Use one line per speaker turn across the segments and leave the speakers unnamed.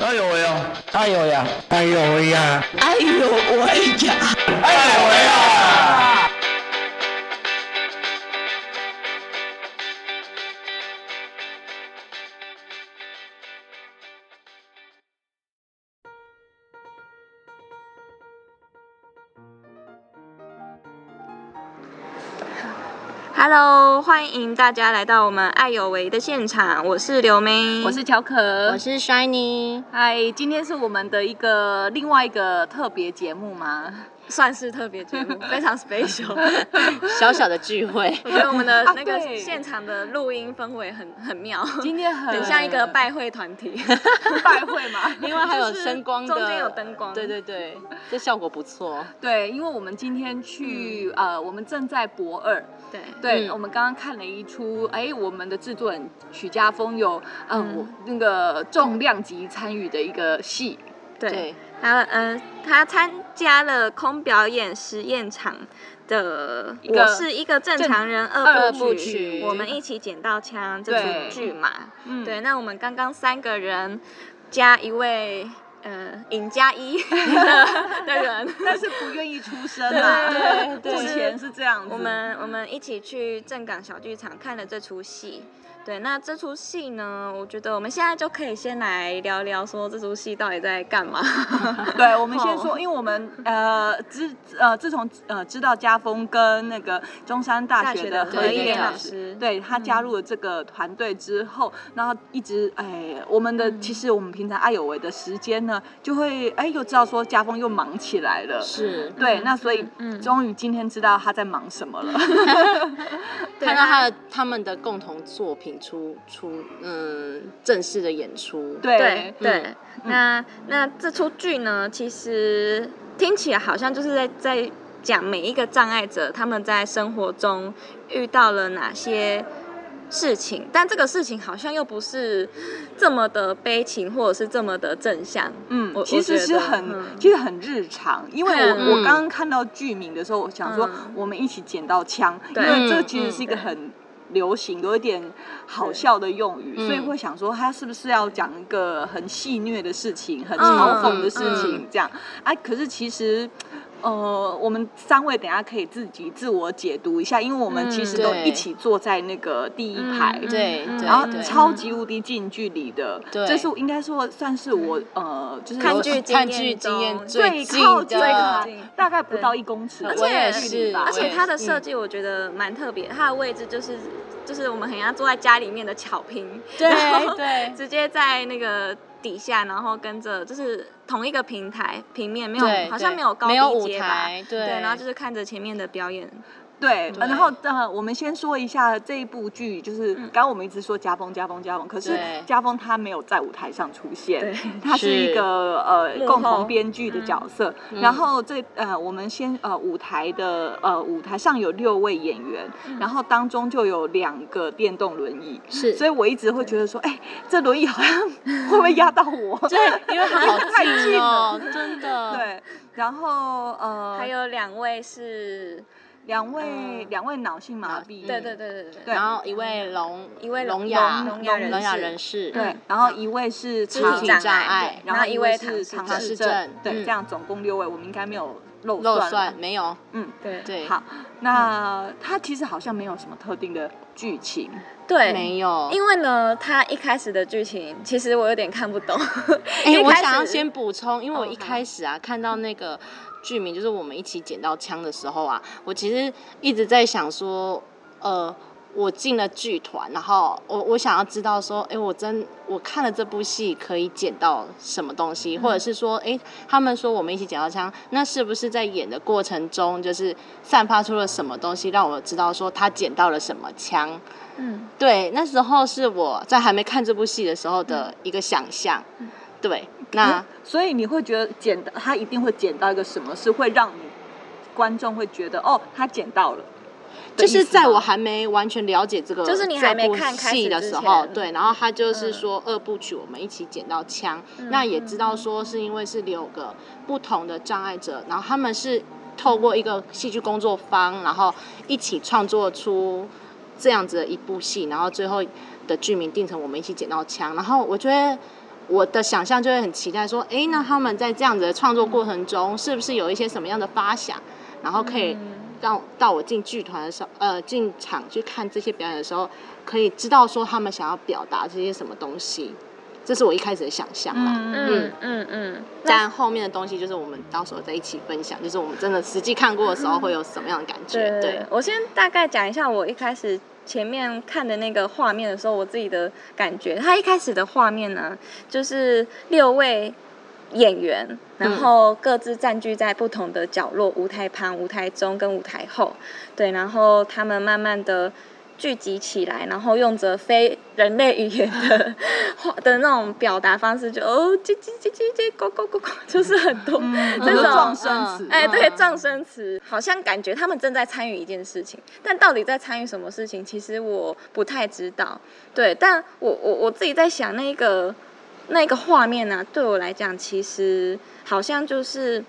哎呦喂呀！
哎呦呀！
哎呦喂呀！
哎呦喂呀！
哎呦喂呀！
Hello，欢迎大家来到我们爱有为的现场，我是刘妹，
我是乔可，
我是 Shiny。
嗨，今天是我们的一个另外一个特别节目吗？
算是特别节 目，非常 special，
小小的 聚会。
我觉得我们的那
啊
个
对
现场的录音氛围很很妙，
今天很
很像一个拜会团 体，
拜会嘛，
另外还有声光的，
中间有灯光
对对对，这效果不错。
对，因为我们今天
嗯
去、呃，我们正在博二，
对，
对、
嗯
我们刚刚看了一出，哎，我们的制作人许家峰有呃、
嗯
我那个重量级参与的一个戏，
对，，他呃，他参加了空表演实验场的
一
《
个
我是一个正常人》
二
二
部
部
曲
曲，我们一起捡到枪
对
这出剧嘛。
嗯
对，那我们刚刚三个人加一位呃尹加一的的人，
但是不愿意出 声
啊
啊，
对
目
就是
前是这样子，
我们我们一起去正港小剧场看了这出戏。对，那这出戏呢，我觉得我们现在就可以先来聊聊，说这出戏到底在干嘛。
对，我们先
哦
说，因为我们呃自呃自从呃知道家峰跟那个中山大
大
学
学
的
的
何
何
一
一
莲
莲
老
老
师
对他加入了这个团队之后，然后一直哎，我们的、其实我们平常爱有为的时间呢，就会哎又知道说家峰又忙起来了。
是
对，那所以
嗯
终于今天知道他在忙什么了。
对啊
看到他的他们的共同作品出出嗯正式的演出。
对
对，
对，那那这出剧呢，其实听起来好像就是在在讲每一个障碍者他们在生活中遇到了哪些事情，但这个事情好像又不是这么的悲情，或者是这么的正向。
嗯，
我
其实
我觉
是
得
很，
嗯
其实很日常。因为我、
嗯
我刚刚看到剧名的时候，我想说
嗯
我们一起捡到枪，因
对
为这
嗯
其实是一个
嗯
很流行、有一点好笑的用语，
对
所以
嗯
会想说他是不是要讲一个很戏谑的事情、很
嗯
嘲讽的事
嗯
情这样、啊？可是其实。呃，我们三位等一下可以自己自我解读一下，因为我们其实
嗯
都
对
一起坐在那个第一
嗯
排，
嗯
对
嗯
对，
然后
对
超级无敌近距离的，
对
这是我应该说算是我呃，就是
看
我
剧经
看
验
剧经验
中
最
最
近
靠近
最
的
靠
他
近，
大概不
对
到一公尺的
而
距离吧，
且
嗯
我
而且
也
它的
是
设计我觉得蛮特别，它的位置就是就是我们很像坐在家里面的巧拼，
对
然后
对
直接在那个底下，然后跟着就是同一个平台平面，没有
对
好像
对
没有高
没有
低
舞
阶吧。
台，
对，然后就是是看着前面的表演，
对，
对
呃然后呃，我们先说一下这一部剧，就是
嗯
刚刚我们一直说家风家风家风，可是
对
家风他没有在舞台上出现
对，
他是一个呃
幕
共
后
同编剧的角色。
嗯
然后这呃，我们先呃舞台的呃舞台上有六位演员，然后当中就有两个电动轮椅，
是
所以我一直会觉得说，哎，这轮椅好像会不会压到我？
对，因为 它好
太近
近哦，真的。
对，然后呃，
还有两位是，
两位
嗯
两位脑性麻
脑
痹，
对对对对对
对
然后一位聋，
一位聋
聋哑
聋
哑人
聋哑
士
人士，
对，然后一位是
肢
长
体
障
碍
碍
对然
然后
后
一
一
位
位
是
唐
唐
氏
氏
症
对，
嗯
这样总共六位，我们应该没有漏
漏
算。
算没有，
嗯，
对
对，
好，那它其实好像没有什么特定的剧情，
对，
没有，
因为呢，他一开始的剧情其实我有点看不懂，
哎、
一
我
开
想要
始嗯
先补充，因为我一
好
开始啊看到那个剧名，就是我们一起捡到枪的时候啊，我其实一直在想说，呃，我进了剧团，然后我我想要知道说，哎、我真我看了这部戏可以捡到什么东西，
嗯
或者是说，哎、他们说我们一起捡到枪，那是不是在演的过程中，就是散发出了什么东西，让我知道说他捡到了什么枪？
嗯，
对，那时候是我在还没看这部戏的时候的一个想象。对，那
嗯所以你会觉得捡到他一定会捡到一个什么是会让你观众会觉得哦，他捡到了的
就
意思吗。
是在我还没完全了解这个，
就是你还没
这部
看开始
戏的
之
时候，
前嗯
对，然后他就是说二部曲我们一起捡到枪，嗯那也知道说是因为是六个不同的障碍者，然后他们是透过一个戏剧工作坊，然后一起创作出这样子的一部戏，然后最后的剧名定成我们一起捡到枪，然后我觉得。我的想象就会很期待说，哎，那他们在这样子的创作过程中，是不是有一些什么样的发想，然后可以
嗯
让我到我进剧团的时候，呃，进场去看这些表演的时候，可以知道说他们想要表达这些什么东西，这是我一开始的想象啦。
嗯嗯嗯，那
但后面的东西就是我们到时候再一起分享，就是我们真的实际看过的时候会有什么样的感觉？
对
对，
我先大概讲一下我一开始前面看的那个画面的时候，我自己的感觉。它一开始的画面呢，就是六位演员，然后各自占据在不同的角落，舞台旁、舞台中跟舞台后，对，然后他们慢慢的。聚集起来，然后用着非人类语言的话的那种表达方式就，哦叽叽叽叽叽，咕咕咕咕，就是很多、
嗯
这种
撞生词
哎，对，
嗯
撞声词，好像感觉他们正在参与一件事情，但到底在参与什么事情，其实我不太知道。对，但我我我自己在想那个那个画面呢、对我来讲，其实好像就是，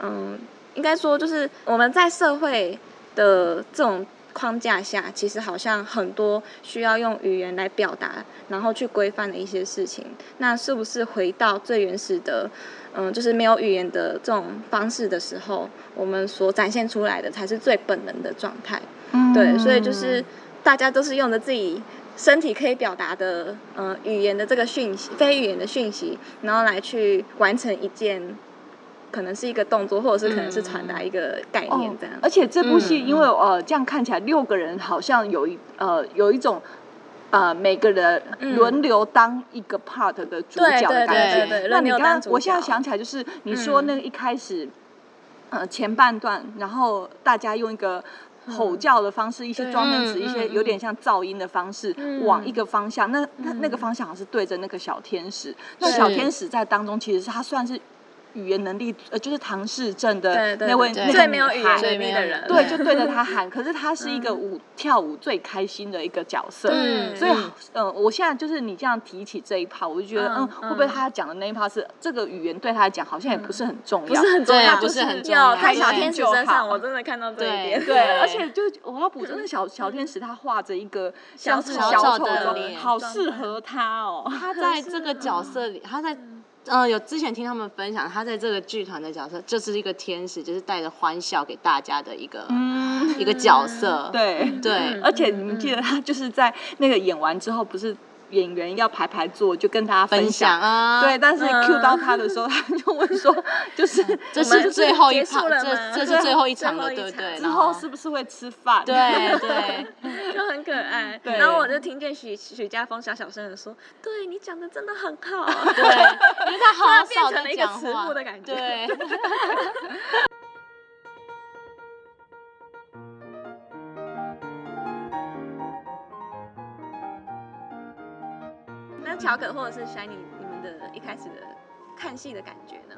嗯，应该说就是我们在社会的这种框架下，其实好像很多需要用语言来表达，然后去规范的一些事情，那是不是回到最原始的，嗯，就是没有语言的这种方式的时候，我们所展现出来的才是最本能的状态？
嗯
对，所以就是大家都是用着自己身体可以表达的，呃，语言的这个讯息，非语言的讯息，然后来去完成一件，可能是一个动作，或者是可能是传达一个概念这样。
嗯哦而且这部戏，
嗯
因为呃，这样看起来六个人好像有一呃有一种。呃，每个人
嗯
轮流当一个 part 的主角
对对
的感
对
觉
对。
那
轮
你
流
刚
当
刚
主，角
我现在想起来，就是你说
嗯
那个一开始，呃，前半段，然后大家用一个吼叫的方式，一些
对
装声词，一些
嗯嗯
有点像噪音的方式，
嗯
往一个方向。那那那
嗯
个方向好像是对着那个小天使。那
是
小天使在当中，其实是他算是语言能力，呃，就是唐氏症的
对对
那位
对
那个
最没有
女
语
孩
言能力的人，
对，就对着他喊。可是他是一个舞、跳舞最开心的一个角色，
嗯
所以
嗯
呃，我现在就是你这样提起这一趴，我就觉得，嗯，
嗯
会不会
嗯
他讲的那一趴是这个语言对他来讲好像也不是很重
不
要，
是很重
对
要，
啊不是很重要
要。看小
对
天使
就
身
好
上，我真的看到这一
对
点。
对，而且就是我要补充，那小小天使他画着一个像是
小
小
丑
丑
的
妆
脸
好
装
适
扮
合他哦。
他在这个角色里，他
嗯
在。呃，有之前听他们分享，他在这个剧团的角色就是一个天使，就是带着欢笑给大家的一个、
嗯，
一个角色。
对。
对
嗯
而且你们记得他就是在那个演完之后，不是演员要排排坐，就跟大家
分
享
享啊，
对，，但是
嗯
Q 到他的时候，他就问说，就是
嗯这
我们
是最后一
结束
场，
了
这
吗
这是最后一场
最
了，
后一
对不对？
场
之
然
后是不是会吃饭？
对对，
就很可爱。
对
然后我就听见许许家峰小小声的说：“对你讲的真的很好。
对，因为他
突然
好
变
少
成了
在
一个
讲
词
话
目的感觉
对，
那乔可或者是 Shiny，你们的一开始的看戏的感觉呢？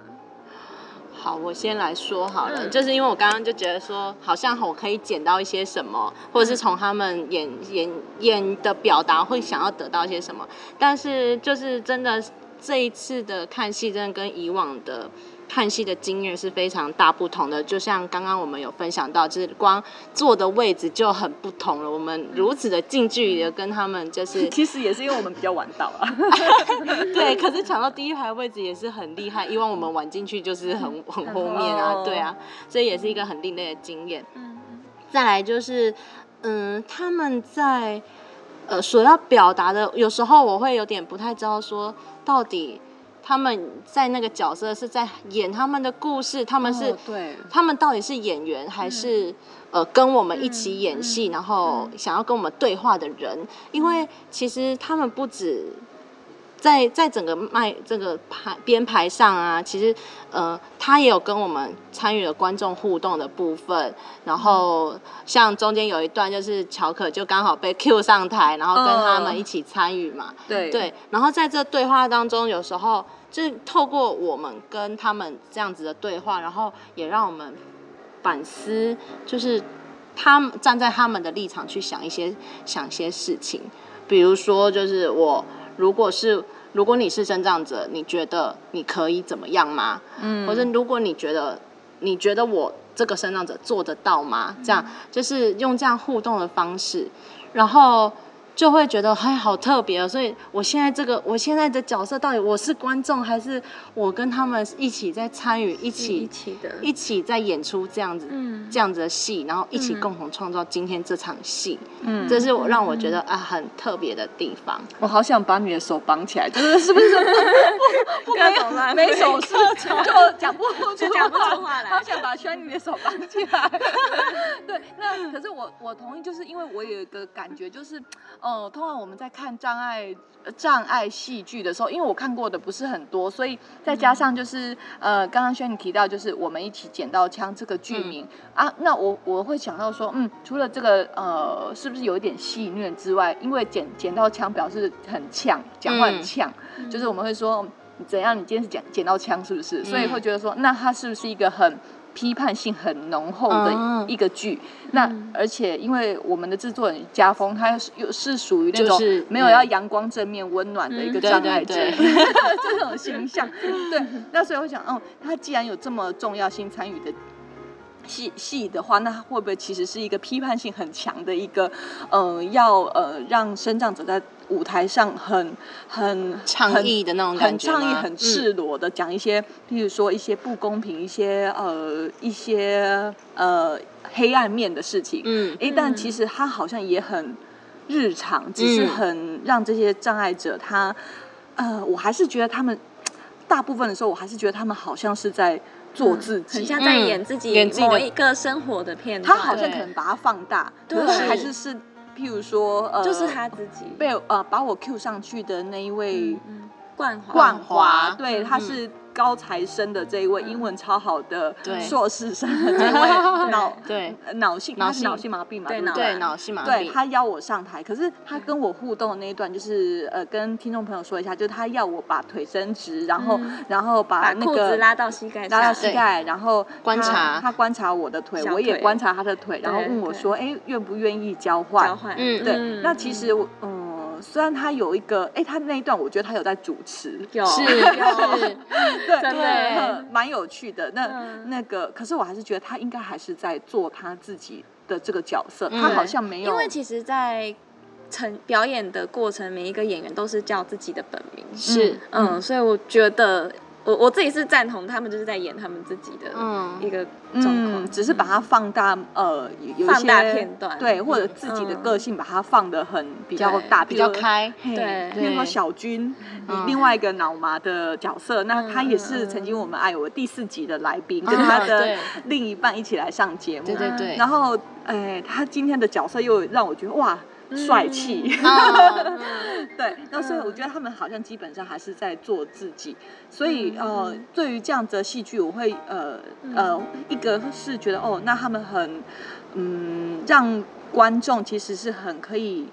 好，我先来说好了，
嗯
就是因为我刚刚就觉得说，好像我可以捡到一些什么，或者是从他们演演演的表达会想要得到一些什么，但是就是真的这一次的看戏，真的跟以往的。看戏的经验是非常大不同的，就像刚刚我们有分享到，就是光坐的位置就很不同了。我们如此的近距离的跟他们，就是
其实也是因为我们比较晚到啊。
对，可是抢到第一排位置也是很厉害，以往我们玩进去就是很很后面啊，
哦
对啊，所以也是一个很另类的经验。
嗯，
再来就是，嗯，他们在呃所要表达的，有时候我会有点不太知道说到底他们在那个角色是在演他们的故事，他们是、
对，
他们到底是演员还是、呃跟我们一起演戏，然后想要跟我们对话的人？因为其实他们不止在在整个麦这个排编排上啊，其实呃他也有跟我们参与了观众互动的部分。然后像中间有一段就是乔可就刚好被 Q 上台，然后跟他们一起参与嘛。
对
对，然后在这对话当中，有时候就是透过我们跟他们这样子的对话，然后也让我们反思，就是他们站在他们的立场去想一些想一些事情，比如说就是我如果是。如果你是生长者，你觉得你可以怎么样吗？
嗯
或者如果你觉得你觉得我这个生
嗯
长者做得到吗？这样就是用这样互动的方式，然后就会觉得哎，好特别哦。所以我现在这个，我现在的角色到底我是观众，还是我跟他们一起在参与，一起
一起的
一起在演出这样子，
嗯
这样子的戏，然后一起
嗯
共同创造今天这场戏，
嗯
这是我让我觉得啊很特别的地方。
我好想把你的手绑起来，就是是不是 不不没
各种
有
乱
没
挥
手势就讲不出
就讲不出话来
好想把轩你的手绑起来。 对，那可是我我同意，就是因为我有一个感觉，就是呃，通常我们在看障碍呃障碍戏剧的时候，因为我看过的不是很多，所以再加上就是呃，刚刚轩你提到就是我们一起捡到枪这个剧
嗯
名、啊，那我我会想到说，嗯，除了这个呃，是不是有一点戏虐之外，因为捡捡到枪表示很呛，讲话很
嗯
呛，就是我们会说你怎样，你今天是捡捡到枪是不是？所以
嗯
会觉得说，那它是不是一个很批判性很浓厚的
嗯
一个剧？那
嗯
而且因为我们的制作人家峰，他又是又是属于那种
就是
没有要
嗯
阳光正面温暖的一个
嗯
障碍者
对对
这种形象。对，那所以我想，哦，他既然有这么重要性参与的戏戏的话，那它会不会其实是一个批判性很强的一个，呃，要呃让生长者在舞台上很很
倡议的那种
很
感
很
觉
倡议、
吗
很
嗯
赤裸的讲一些，譬如说一些不公平、一些呃一些呃黑暗面的事情。
嗯，
诶，但
嗯
其实他好像也很日常，只是
嗯
很让这些障碍者他，呃，我还是觉得他们大部分的时候，我还是觉得他们好像是在做自己，
很像在
嗯
演自己
演自己的
某一个生活的片
他
段，
好像可
对
能把它放大，
对
可是还是是，譬如说，呃，
就是他自己
被呃把我 Q 上去的那一位
嗯嗯冠华
冠
华
华，对，他是高材生的这一位，
嗯
英文超好的
对
硕士生的这位脑呃
对
脑性，他
脑
是
性
脑性麻痹嘛，
对
不
脑
对，脑性麻
对
痹，
他邀我上台，可是他
嗯
跟我互动的那一段，就是呃，跟听众朋友说一下，就是他要我把腿伸直，然后、
嗯
然后把
把
那
裤
个
子拉到膝盖上，
拉到膝盖，然后
观
他
察
他观察我的腿，
小
我也
腿
观察他的腿，然后
对
问我
对
说，哎，愿不愿意交换？
交换，
嗯
对，
嗯
那其实我嗯，虽然他有一个，哎，他那一段我觉得他有在主持，
有
是
有
是，
对
真的欸
嗯蛮有趣的。那、
嗯
那个，可是我还是觉得他应该还是在做他自己的这个角色，
嗯
他好像没有，
因为其实，在成表演的过程，每一个演员都是叫自己的本名，
是
嗯，所以我觉得我我自己是赞同他们就是在演他们自己的
嗯
一个状况，
嗯，只是把它放大，呃，有有一
放大
些
片段
对，或者自己的
嗯
个性把它放得很比较
对
大，
比较
如。
开，
嘿
对
比如说
对
小军，你
嗯
另外一个脑麻的角色，那他也是
嗯嗯嗯
曾经我们爱我第四集的来宾，
啊
跟他的
对
另一半一起来上节目
对，对对，
然后，哎，他今天的角色又让我觉得哇，
嗯
帅气，
啊
对，那所以我
嗯
觉得他们好像基本上还是在做自己，所以
嗯
呃
嗯，
对于这样子的戏剧，我会呃呃，一个是觉得哦，那他们很嗯，让观众其实是很可以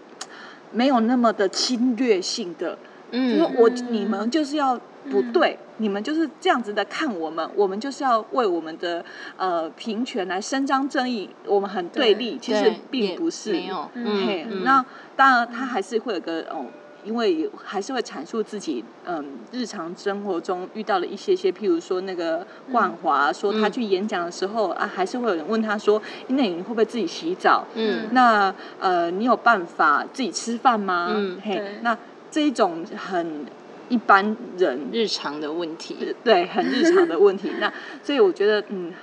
没有那么的侵略性的， 因为
嗯
我
嗯
你们就是要 不
嗯
对，你们就是这样子的看我们，我们就是要为我们的呃平权来伸张正义，我们很
对
对立，其
对
实
也
并不是，
没有，
嗯
嘿，
嗯
那当然他还是会有个哦，因为还是会阐述自己嗯日常生活中遇到了一些些，譬如说那个冠华说他
嗯
去演讲的时候、啊，还是会有人问他说，那你会不会自己洗澡？
嗯
那呃，你有办法自己吃饭吗？
嗯
嘿
对，
那这一种很一般人
日常的问题，
对，很日常的问题。那所以我觉得，嗯，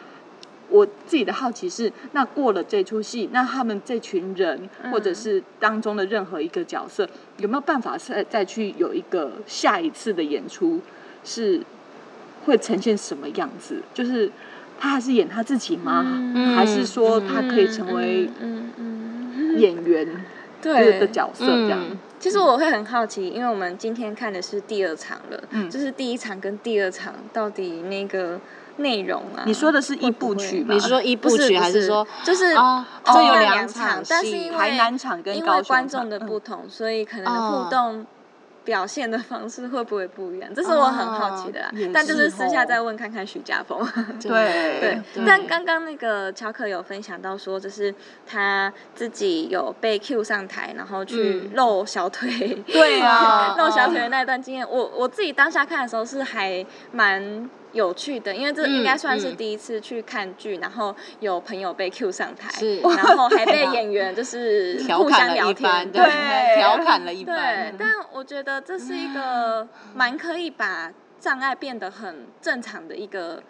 我自己的好奇是，那过了这出戏，那他们这群人，或者
嗯
是当中的任何一个角色，有没有办法再再去有一个下一次的演出是会呈现什么样子？就是他还是演他自己吗？
嗯
还是说他可以成为
嗯嗯嗯
演员
对
的角色这样？
嗯
其实我会很好奇，因为我们今天看的是第二场了，
嗯
就是第一场跟第二场到底那个内容啊？
你说的是一部
会
曲吗？
你是说一
不
部
是
曲
不
还是说
就是
啊
哦
这有
那
两
两
场
场但是
戏
因为
台南场跟
因为
高雄
观
场
众的
嗯
不同，所以可能
哦
互动表现的方式会不会不一样？这是我很好奇的啦
哦也。
但就是是私下
哦
再问看看徐家 峰。
对
对，但刚刚那个乔可有分享到说，就是他自己有被 Q 上台，然后去
嗯哦
露小 腿，
对啊
露小腿的那一段经验，我我自己当下看的时候是还蛮。有趣的，因为这应该算是
嗯嗯
第一次去看剧，然后有朋友被 Q 上台，
是啊
然 后还被演员就是
调
互相
侃了
聊
一
天，
番，对，调侃了一
对，
番，
但我觉得这是一
嗯
个蛮可以把障碍变得很正常的一个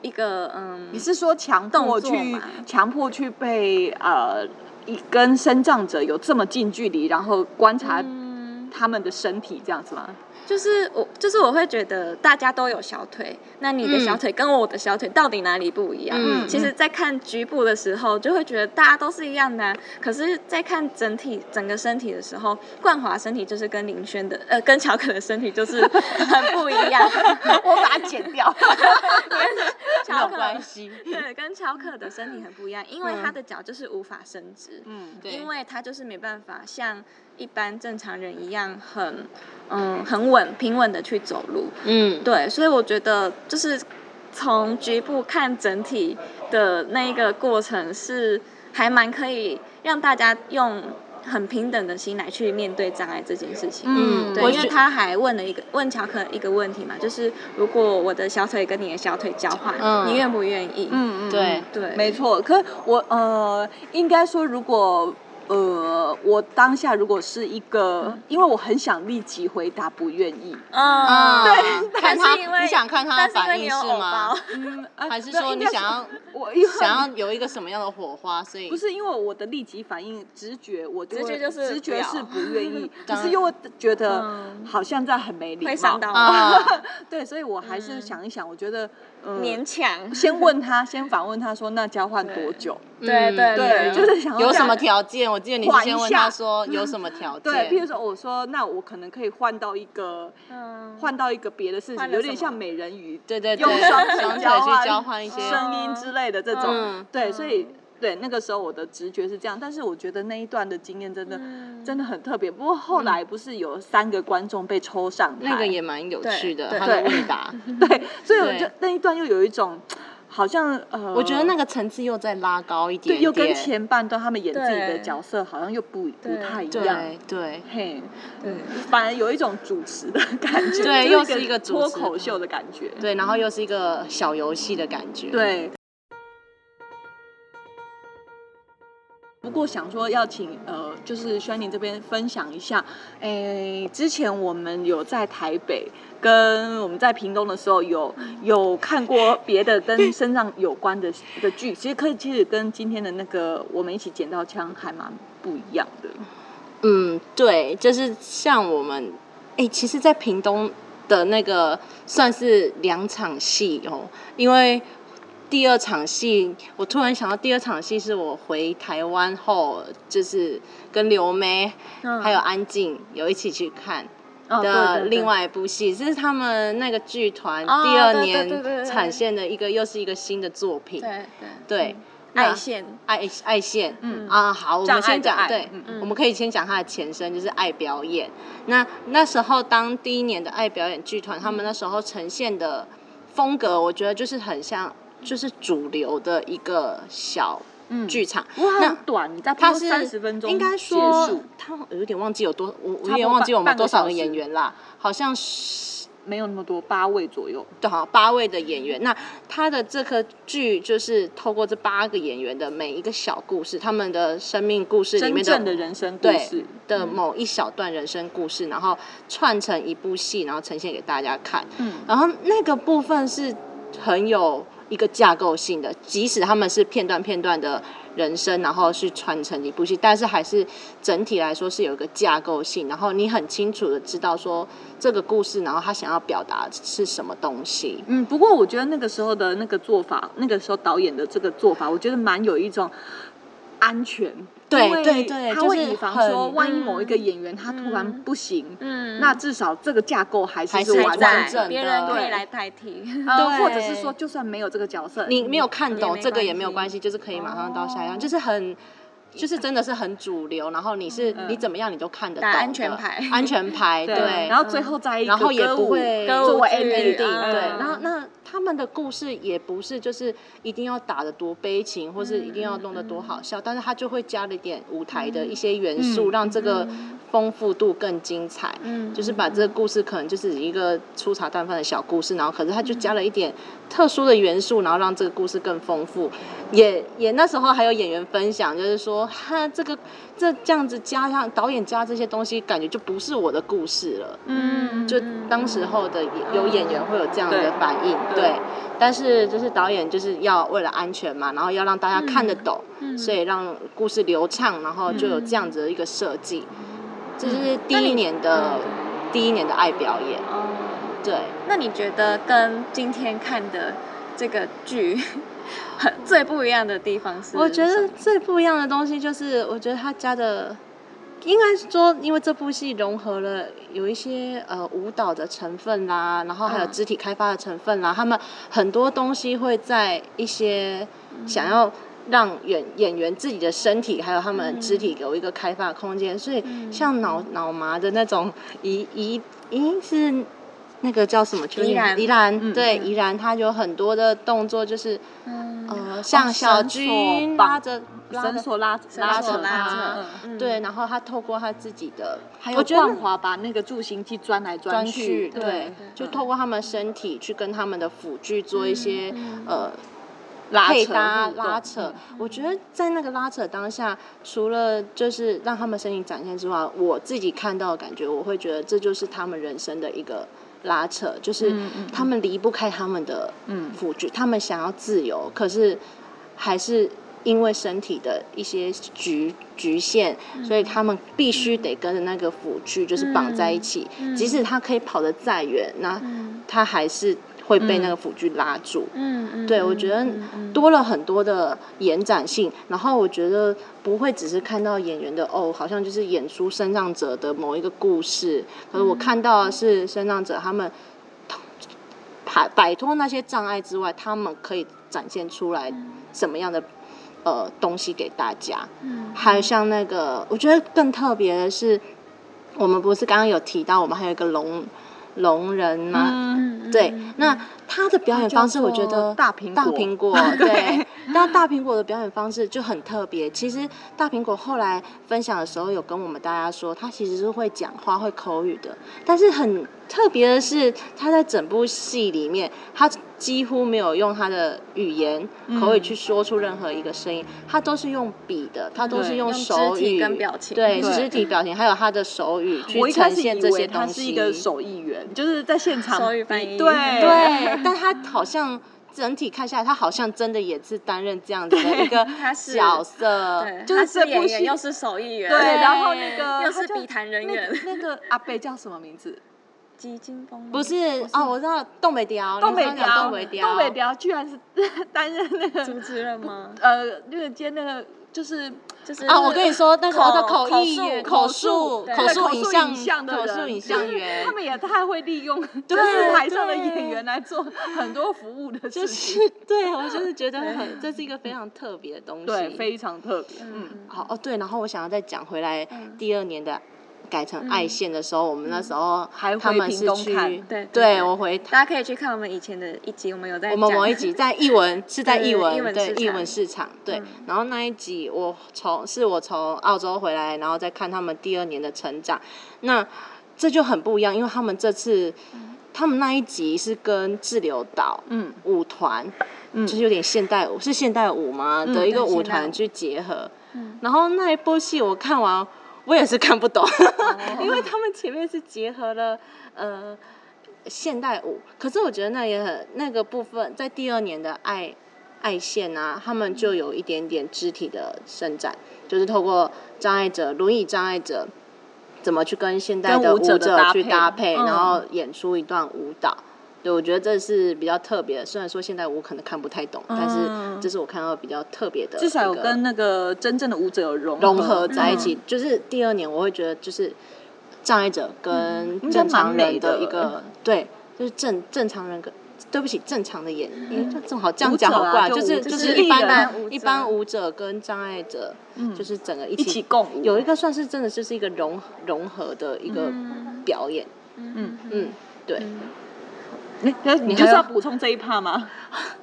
一个嗯
你，是说强迫
动作
去
嘛
强迫去被呃，一跟生长者有这么近距离，然后观察
嗯，
他们的身体这样子 吗？
就是我就是我会觉得大家都有小腿，那你的
嗯
小腿跟我的小腿到底哪里不一样？
嗯
其实，在看局部的时候，就会觉得大家都是一样的啊、可是，在看整体整个身体的时候，冠华身体就是跟林轩的，呃，跟乔可的身体就是很不一 样。
我把它剪掉。
没
乔
有
可
关系，
对，跟乔可的身体很不一样，因为他的脚就是无法伸直，
嗯，
嗯对
因为他就是没办法像一般正常人一样很，嗯，很稳平稳的去走路。
嗯，
对，所以我觉得就是从局部看整体的那一个过程是还蛮可以让大家用很平等的心来去面对障碍这件事情。
嗯
对
我，
因为
觉
他还问了一个问乔可一个问题嘛，就是如果我的小腿跟你的小腿交换，
嗯
你愿不愿意？
嗯嗯，
对，
对，
没错。可我呃，应该说，如果呃，我当下如果是一个，
嗯
因为我很想立即回答不愿意，
嗯，
对啊看
但
他，
是因为
你想看他
但
的
是因为
反
你
应
有
是
偶
吗
包？？
嗯，啊
还是
对
说
应
你
该是
想要
我因为
想要有一个什么样的火花？所以
不是因为我的立即反应，直觉我
直觉就是
直觉是
不
不 愿意，可
当
是
然
又觉得
嗯
好像在很没礼
会
貌
伤，到我
啊，
对，所以我还是
嗯
想一想，我觉得嗯，
勉强。
先问他，先反问他说那交换多久？
对
嗯
对
对，就是想要
有什
让
么条件？我记得你是
缓一
先问他
下
说有什么条
对，譬如
件，
说我说那我可能可以换到一个
嗯
换到一个别的事情，
换了
有点
什么
像美人鱼
对对对，
用双手
双腿
交换
去交换一些，
声音之类的这种，
嗯，
对，
嗯
所以对那个时候我的直觉是这样，但是我觉得那一段的经验真
嗯
的。真的很特别，不过后来不是有三个观众被抽上台，
那个也蛮有趣的，
对
他的
对
问答，
对，所以我就
对
那一段又有一种好像呃，
我觉得那个层次又再拉高一点
对，又跟
点
前半段他们演自己的
对
角色好像又不不
对
太一样，
对对
嘿，
对，
反而有一种主持的感觉，
对
就
又是一个主
脱
持
口秀的感觉，
对，然后又是一个小游戏的感觉，
对。不过想说要请呃，就是轩宁这边分享一下，诶，之前我们有在台北跟我们在屏东的时候有有看过别的跟身上有关的的剧，其实可以其实跟今天的那个我们一起捡到枪还蛮不一样的。
嗯，对，就是像我们，哎、其实，在屏东的那个算是两场戏哦，因为第二场戏，我突然想到，第二场戏是我回台湾后，就是跟刘梅
嗯
还有安静有一起去看
哦
的
对对对
另外一部戏，这是他们那个剧团
哦
第二
对对对对对
年产现的一个又是一个新的作品，
对
对，
对，爱
那
线，
爱爱线，
嗯
啊，好，我
障
们
碍
先
的
讲
爱
对，
嗯
嗯
我们可以先讲它的前身，就是爱表演。那那时候当第一年的爱表演剧团，他
嗯
们那时候呈现的风格，我觉得就是很像，就是主流的一个小
嗯
剧场。
哇，
那
很短，你大概
它是
三十分钟
应该
结
说
束，
他我有点忘记有多，我我
差不
有点
多
忘记
半
我们
半个
多少
小
个
时
演员啦，好像是
没有那么多，八位左右。
对，好像八位的演员。那他的这颗剧就是透过这八个演员的每一个小故事，他们的生命故事里
真
面
正的人生故
对
事，
的某一小段人生故事，然后串成一部戏，然后呈现给大家看。
嗯
然后那个部分是很有一个架构性的，即使他们是片段片段的人生，然后是串成一部戏，但是还是整体来说是有一个架构性，然后你很清楚的知道说这个故事，然后他想要表达是什么东西。
嗯，不过我觉得那个时候的那个做法，那个时候导演的这个做法，我觉得蛮有一种安全，
对
因为
对对
他
就
会
是
以防
很
说万一某一个演员他突然
嗯
不行，
嗯
那至少这个架构还是
还
是
是
完
在
整的，
别人可以
对
来代替。
呃
对
或者是说就算没有这个角色，
你没有看
也
懂
没
这个也没有关
关哦
系，就是可以马上到下一样，就是很。就是真的是很主流，然后你是、
嗯
你怎么样你都看得到
打
的
安全牌
安全牌
对，
对，嗯
然后最后再一个
然后也
歌
不
舞
会
歌舞
作为
剧
ending，
ending，
嗯
对，然后那他们的故事也不是就是一定要打得多悲情，或是一定要弄得
嗯
多好笑，但是他就会加了一点舞台的一些元素，
嗯
让这个丰富度更精彩。
嗯
就是把这个故事可能就是一个粗茶淡饭的小故事，然后可是他就加了一点特殊的元素，然后让这个故事更丰富。也也那时候还有演员分享，就是说他这个这这样子加上导演加这些东西，感觉就不是我的故事了。
嗯
就当时候的也有演员会有这样的反应，
对
对。
对
但是就是导演就是要为了安全嘛，然后要让大家看得懂，
嗯
所以让故事流畅，然后就有这样子的一个设计。这是第一年的、第一年的爱表演，
哦，
对。
那你觉得跟今天看的这个剧 最不一样的地方是什么？
我觉得最不一样的东西就是，我觉得他加的，应该是说，因为这部戏融合了有一些呃舞蹈的成分啦，然后还有
嗯
肢体开发的成分啊啦，他们很多东西会在一些想要。让演演员自己的身体还有他们的肢体有一个开发的空间，所以像脑脑麻的那种怡怡怡是那个叫什么？就是
怡然
怡然、
嗯
对怡然，他有很多的动作，就是
嗯，
呃，像小
绳
军
索绑
拉着拉
绳
着，
索拉
拉
扯
扯拉
扯
扯，
嗯
嗯
对，，然后他透过他自己的，
还
我
有
觉得
冠华把那个助行器钻来
专
去，
去，对，嗯就透过他们身体去跟他们的辅具做一些
嗯
呃
拉
配
扯
搭
互动
拉扯。我觉得在那个拉扯当下，除了就是让他们身体展现之外，我自己看到的感觉，我会觉得这就是他们人生的一个拉扯，就是
嗯嗯嗯
他们离不开他们的
嗯
辅具，他们想要自由，可是还是。因为身体的一些局局限，所以他们必须得跟着那个辅具就是绑在一起。即使他可以跑得再远，那
嗯
他还是会被
嗯
那个辅具拉住。
嗯嗯，
对，我觉得多了很多的延展性，然后我觉得不会只是看到演员的哦，好像就是演出身障者的某一个故事，可是我看到的是身障者他们摆摆脱那些障碍之外，他们可以展现出来什么样的呃东西给大家。
嗯
还有像那个，我觉得更特别的是，我们不是刚刚有提到，我们还有一个聋聋人吗？
嗯，
嗯
对，那他的表演方式，嗯我觉得
它叫做大苹果
大苹 果 对，但大苹果的表演方式就很特别。其实大苹果后来分享的时候，有跟我们大家说，他其实是会讲话、会口语的，但是很特别的是，他在整部戏里面，他几乎没有用他的语言、口语去说出任何一个声音，他都是用笔的，他都是
对
用
用肢
手
体
语
跟表情
对，
对
肢体表情还有他的手语去
我一开
呈
始
现
以
这
为
些
他
东
是
西。
一个手艺员，就是在现场
手语翻译
对
对，但他好像整体看下来，他好像真的也是担任这样子的一个
他是
角色，
对
就是
他
这
是
部
演
戏
员又是手艺员，
对，
对
然后那个
又
他
是
叫
笔谈人
那
员
个，那个阿贝叫什么名字？
基金风吗
不是哦，我知道东北雕，
东北
你刚刚
雕，
讲东北雕，
东北雕居然是 担任那个
阻止了吗？
呃那个接那个就是
就是
啊，我跟你说，那个
口
哦他
口
译
述
员、
口
述、
述对
口
对
述
口述
像
影像、的
口述
人
影
就
像
是
员
他。们也太会利用就是台上的演员来做很多服务的
就
事
是
情，
对我就是觉得很，这是一个非常特别的东西。
对，非常特别，嗯，
好哦，对，然后我想要再讲回来
嗯
第二年的改成爱线的时候，我们那时候
还
他
回
们
屏
是
东
去
看
对对
对
对
我回
大家可以去看我们以前的一集，我们有在
我们
讲
某 一集在译文是在
对
译
译
文
文
对
市
译
场
文市场对
嗯，
然后那一集我从是我从澳洲回来，然后再看他们第二年的成长，那这就很不一样，因为他们这次
嗯
他们那一集是跟自留岛
嗯
舞团，
嗯
就是有点现代舞，是现代舞吗？
嗯
的一个
对现
舞
代舞
团去结合
嗯，
然后那一部戏我看完，我也是看不懂，
哦
因为他们前面是结合了呃现代舞，可是我觉得那也很那个部分在第二年的爱爱线啊，他们就有一点点肢体的伸展，就是透过障碍者轮椅障碍者。怎么去跟现代
跟
的
舞者的搭
去
配
搭配，
嗯
然后演出一段舞蹈，对，我觉得这是比较特别的。虽然说现在我可能看不太懂，但是这是我看到比较特别的
嗯
一个，
至少有跟那个真正的舞者有融
融合在一
嗯
起。就是第二年，我会觉得就是障碍者跟
嗯
正常人
应该蛮美的
一个，对，就是正正常人跟。对不起，正常的演，因为正好这样
舞者啊
讲好怪，
就
就是
舞者
是
就是
一般
艺人
的一般舞者跟障碍者，就是整个一
嗯一起共舞，
有一个算是真的就是一个融融合的一个
嗯
表演，
嗯
嗯，对，
你那
你
你
就是
还
要
要
补充这一趴吗？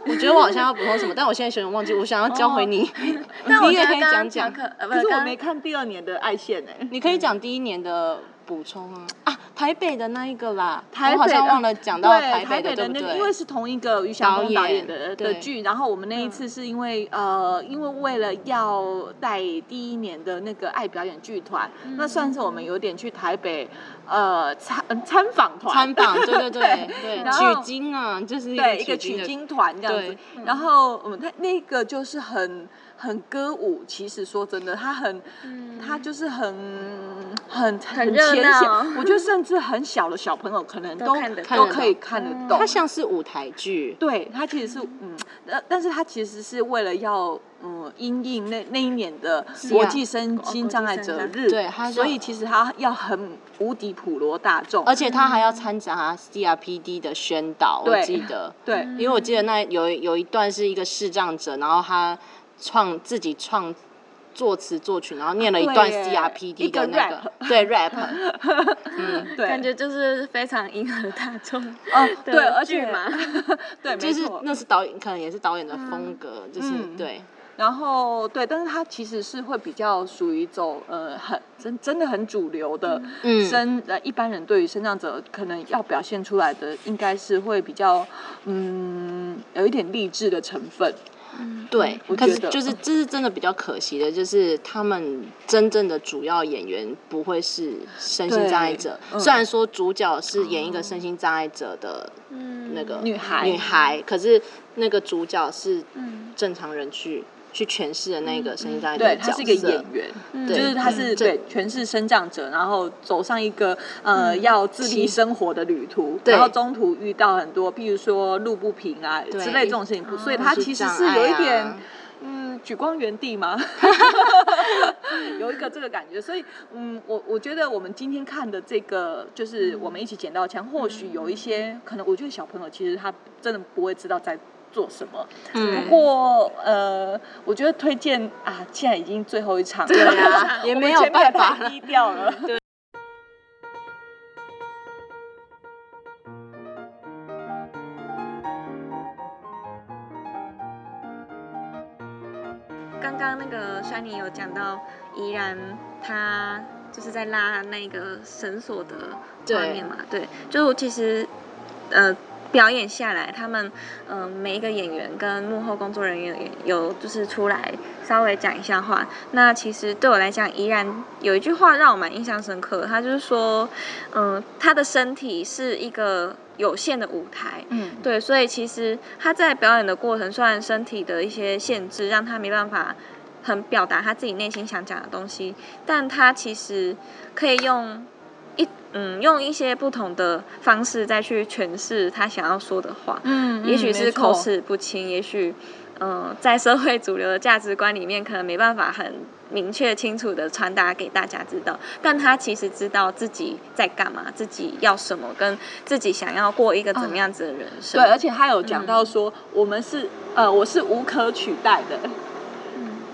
我觉得我好像要补充什么，但我现在有点忘记，我想要教回你，
哦 但我
你也
觉
可
得
以
刚
讲
刚讲，
讲
课，呃，不
可是我
刚
没看第二年的爱线
欸
哎、
你可以讲第一年的补充啊啊，台北的那一个啦，
台北
我好像忘了讲到
对
北的，对
那
不
个，
对？
因为是同一个余祥
导
东
演
导演的的
对嗯
剧，然后我们那一次是因为、呃，因为为了要带第一年的那个爱表演剧团，那算是我
嗯
们有点去台北呃参呃参访团，
参访， 对对对
对
对，
然后
取经啊，就是
对
一
一个取
取经的。
经团这样子
对，
然后我们那那个就是很很歌舞，其实说真的，它很
嗯
它就是很很很
热
浅显
闹，
我觉得甚至很小的小朋友可能
都
都
看得
懂
可以看得
嗯
懂
它。像是舞台剧，
对，它其实是嗯，呃，但是它其实是为了要嗯，因应那那一年的
是
国
啊
际身
国
心
国
障
际
碍
身
者
障
日，
对它
所
就
以其实它要很无敌普罗大众，
而且它还要掺杂 CRPD 的宣导，我
对
记得，
对，
因为我记得那有有一段是一个视障者，然后他创自己创作词作曲，然后念了一段
啊对耶
CRPD
一
的
个
那个，对 rap，嗯，
对，
感觉就是非常迎合大众
哦，
的
对，而
剧
且
嘛，
对，没
就是
错。
那是导演，可能也是导演的风格，就是、
嗯
对，
然后对，但是它其实是会比较属于走呃很真真的很主流的
嗯
身、呃一般人对于身障者可能要表现出来的，应该是会比较嗯有一点励志的成分。
嗯
对，
我
可是
觉得
就是这是真的比较可惜的，就是他们真正的主要演员不会是身心障碍者，
对嗯哦
虽然说主角是演一个身心障碍者的
嗯
那个
女孩
女孩，可是那个主角是
嗯
正常人去去诠释的那个身心障碍者
对，
啊的
他
角
是一个演
色。
员，
嗯
就是他是
对
对全是生长者，然后走上一个呃
嗯
要自
其
立生活的旅途，
对
然后中途遇到很多，比如说路不平啊
对嗯
之类这种事情，
哦
所以他其实
障
是有
碍
一
啊
点。嗯，举光原地吗？ 有一个这个感觉，所以嗯，我我觉得我们今天看的这个，就是我们一起捡到枪，或许有一
嗯
些可能，我觉得小朋友其实他真的不会知道在做什么，
嗯
不过呃，我觉得推荐啊，现在已经最后一场了
啊也
我们
没有
前面
办法
太
了
低调 了。
刚刚那个 Shiny 有讲到怡然，她就是在拉那个绳索的画面嘛，对，就其实呃表演下来，他们嗯、呃每一个演员跟幕后工作人员有就是出来稍微讲一下话。那其实对我来讲，怡然有一句话让我蛮印象深刻，他就是说，嗯、他的身体是一个有限的舞台，
嗯，
对，所以其实他在表演的过程，虽然身体的一些限制让他没办法很表达他自己内心想讲的东西，但他其实可以用一嗯用一些不同的方式再去诠释他想要说的话。
嗯
也许是口，
没错
齿不清，也许，嗯、在社会主流的价值观里面，可能没办法很明确清楚的传达给大家知道，但他其实知道自己在干嘛，自己要什么，跟自己想要过一个怎么样子的人生。
哦对，而且他有讲到说，
嗯
我们是呃，我是无可取代的。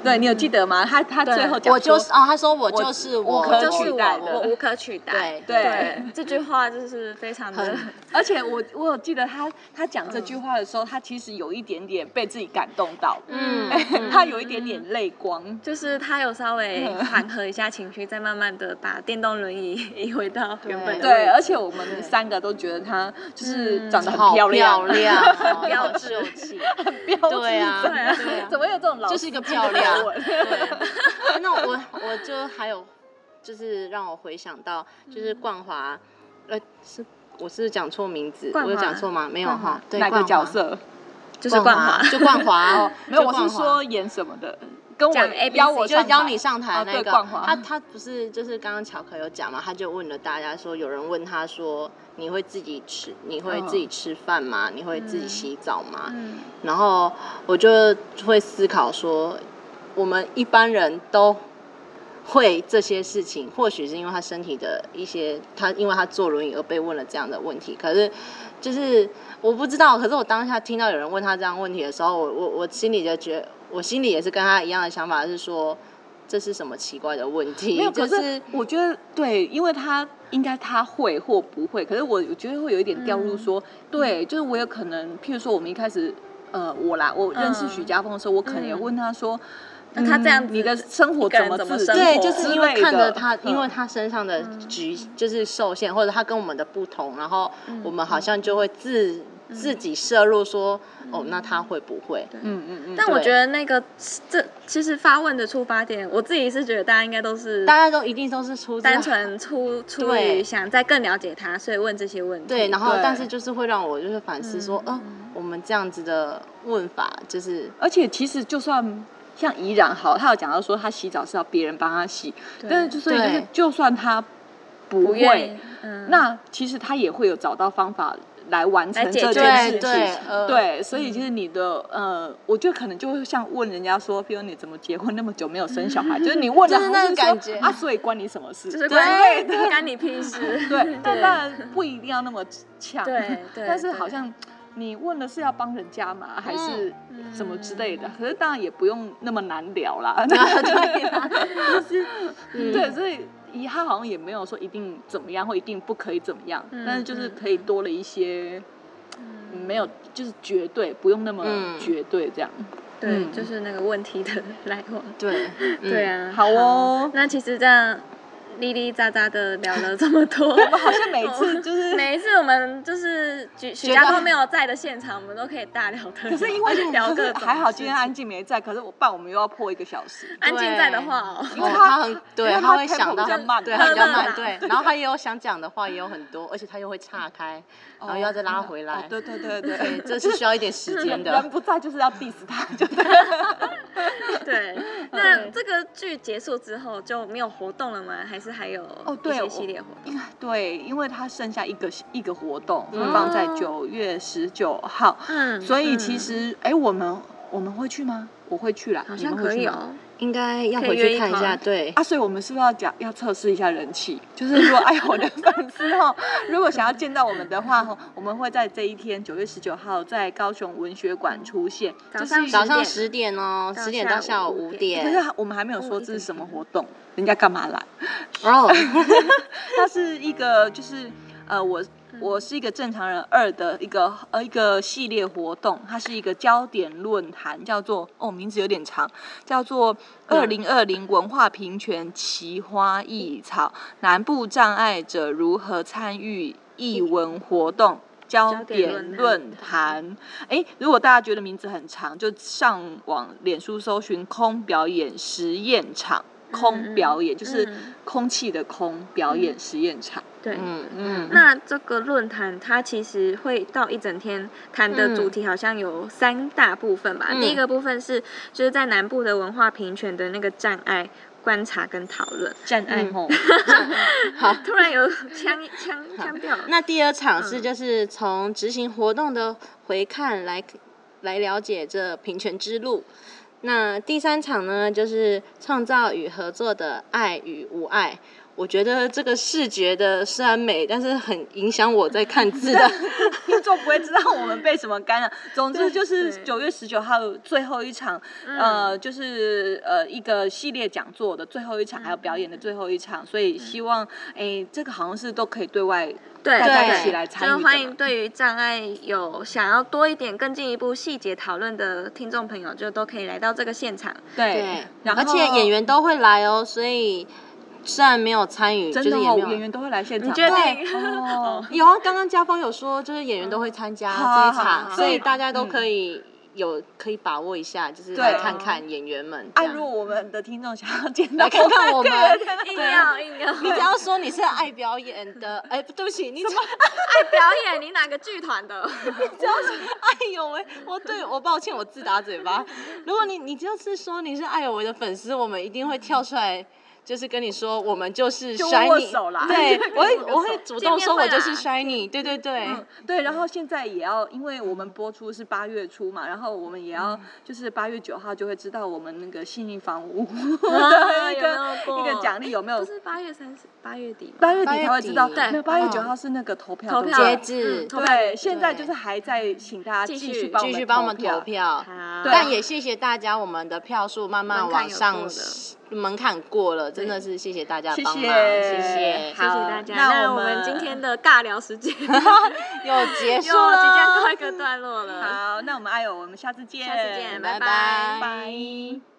对你有记得吗？他他
对
最 后讲
嗯我就
说
是啊，他说我
我
就是
我
我，
可
就
取
哦是
代
我，
的
我无可取代。
对
对
这句话就是非常的
很
而且我我有记得他他讲这句话的时候，他其实有一点点被自己感动到，
嗯
他有一点嗯点泪光。
嗯就是他有稍微缓和一下情绪，再慢慢的把电动轮椅 移回到原
嗯
本的
对，
位置
而且我们三个都觉得她就是长得很
好
漂亮，
漂亮哦，
很标
致有气，
标志
对啊，
真的
对啊
怎么有这种老
就是一
司
个
机
漂
的
亮
口。吻
对，那我我就还有，就是让我回想到，
嗯
就是冠华，呃，是我是不是讲错名字，
冠
我有
华
讲错吗？没有
冠华
哈，对，
哪个
冠华
角？色？
就是冠华，
就冠华哦
，没有，我
就是冠华
说演什么的，跟我
讲 A B C
邀我
就是
上
邀
台
你上台
哦
的那
对
个，
冠华
他他不是就是刚刚巧可有讲嘛，他就问了大家说，有人问他说，你会自己吃，你会
嗯
自己吃饭吗？你会自己
嗯
洗澡吗？
嗯
然后我就会思考说，我们一般人都会这些事情，或许是因为他身体的一些，他因为他坐轮椅而被问了这样的问题。可是就是我不知道，可是我当下听到有人 问他这样问题的时候，我我我心里就觉得，我心里也是跟他一样的想法，是说。这是什么奇怪的问题？
没有，可
就
是我觉得对，因为他应该他会或不会，可是我觉得会有一点掉入说，
嗯
对，就是我有可能，譬如说我们一开始，呃，我啦，我认识
嗯
许家峰的时候，我可能也问他说，
那他这样
嗯你
子
的生活
一个
怎
人
么
怎么
自
生
对，
活
就是
之
因为
类
看着
的
他，因为
嗯
他身上的局就是受限，或者他跟我们的不同，然后我们好像就会自自己摄入说，哦，那他会不会？
嗯嗯嗯，
但我
对
觉得那个这其实发问的出发点，我自己是觉得大家应该都是
大家都一定都是出自
单纯出出
对
于想再更了解他，所以问这些问题。
对，然后
对
但是就是会让我就是反思说，哦，我们这样子的问法就是
而且其实就算像怡然好，他有讲到说他洗澡是要别人帮他洗，
对
但是就所以就是
对
就算他不
不愿
会
意，，嗯
那其实他也会有找到方法来完成
来解
这
决
件事
对
是
情
对。
嗯
呃
对，所以就是你的、呃，我觉得可能就会像问人家说，比如你怎么结婚那么久没有生小 孩，就是你问的
就是那
好像
个
说
感觉
啊，所以关你什么事？
就是
对
关你干你屁事。
对，但当然不一定要那么强，
对对
但是
对
好像你问的是要帮人家嘛，还是什么之 类的？
嗯
可是当然也不用那么难聊 啦，
对啊
就是
嗯
对，所以以他好像也没有说一定怎么样或一定不可以怎么样，
嗯
但是就是可以多了一些没有，就是绝对不用那么
嗯
绝对这样。
对，
嗯
就是那个问题的来往。
对嗯
对，啊，
好哦
那其实这样哩哩喳喳的聊了这么多，
我好像每次 就是，
每一次我们就是许许
觉
家
得
都没有在的现场，我们都可以大聊的。
可是因为
聊
可
各
是
种
还好
事
今天安静没在，可是我爸我们又要破一个小时。
安静在的话 哦，
因为
哦
他
他很
因
对，
为
他
他
会
tempo
想到
比较慢
对，他比较
慢
慢，
慢
对
来，
然后他也有想讲的话，也有很多，而且他又会岔开，然后又要再拉回
哦
来，
对对对对，
对，这是需要一点时间
人
的。
不在就是要 diss 他，就对。
对，那这个剧结束之后就没有活动了吗？还是还有
哦
一
对
些
我
系列活动？
对，因为他剩下一个一个活动会
嗯
放在九月十九号，
嗯
所以其实哎，我们我们会去吗？我会去啦，
好
你
像
们会
可
去
以
吗
哦。
应该要
可以
回
约
去
一
看一下，
团
对，
啊，所以我们是不是要讲要测试一下人气？就是如果哎我的粉丝哦，如果想要见到我们的话哦，我们会在这一天九月十九号在高雄文学馆出现，
早
就是
上
一
早上
10
十点
啊
哦，
到
十点到
下
下
午
午
五
五
点
可
点
是，我们还没有
哦
说
一
这
整
是什么
天
活动，人家干嘛来？
哦，
它是一个就是呃，我我是一个正常人二的一个呃一个系列活动，它是一个焦点论坛，叫做哦名字有点长，叫做二零二零文化平权奇花异草，南部障碍者如何参与艺文活动。焦点论坛，哎，如果大家觉得名字很长，就上网脸书搜寻“空表演实验场”，
嗯嗯
空表演就是
嗯
空气的空表演实验场。
对。
嗯
嗯
嗯，
那这个论坛，它其实会到一整天谈的
嗯
主题好像有三大部分吧。
嗯
第一个部分是就是在南部的文化平权的那个障碍观察跟讨论，
战爱吼，
好。
突然有 腔腔腔调。
那第二场是
嗯
就是从执行活动的回看来来了解这平权之路。那第三场呢，就是创造与合作的爱与无爱。我觉得这个视觉的虽然美，但是很影响我在看字的。
听众不会知道我们被什么 干扰。总之就是
对
九月十九号最后一场，
嗯
呃，就是呃一个系列讲座的最后一场，还有表演的最后一场，所以希望哎，这个好像是都可以对外
对
大家
对
一起来参与的
就
嘛。
欢迎对于障碍有想要多一点、更进一步细节讨论的听众朋友，就都可以来到这个现场。
对
对，，
然后
而且演员都会来哦，所以虽然没有参与，就
真
是啊
的
也
哦
没有
演员都会来现场
你
吗，
确
对
定？
哦，
有啊，刚刚家峰有说，就是演员都会参加
好啊
这
好啊
一场，
好啊
所
所
以
以
大家都
嗯
可以有可以把握一下，就是
对
来看看演员们这
哎，
样。
如果我们的听众想要见到
来看看我们，哎
硬要硬要，
你只要说你是爱表演的，哎，对不起，你怎么？
爱表演，你哪个剧团 的？
哎呦喂，我对我抱歉，我自打嘴巴。如果你你就是说你是艾有为的粉丝，我们一定会跳出来。就是跟你说，我们就是
就
shiny，
握手啦
对，我会
握个手
我会主
见
动
面
说，
会
我就是
啦
shiny，对对对，
嗯，对，然后现在也要，因为我们播出是八月初嘛，然后我们也
嗯
要就是八月九号就会知道我们那个信义房屋
啊
的 一
有
个
没有过
一个奖励有没
不
有？
是八月三十，八月底吗？
八月底
八月
才会知道，
底
对
没有八月九
嗯
号是那个投票
投
的
票
截
截
止
止
嗯，投票
对，现在
对
就是还在请大家
继
继
续
续帮我
继
们
续帮我们投
投
票。
好啊
对
但也谢谢大家，我们的票数慢慢往
门槛有
上
过的
门槛过了，真的是谢谢大家
谢
帮忙，
谢
谢谢，
谢谢大家。
那
那
我
我们
们
今天的尬聊时间
又结
又即
束了，
将告一个段落了，
好，那我们爱友，我们下次见，
下次见，
拜
拜
拜。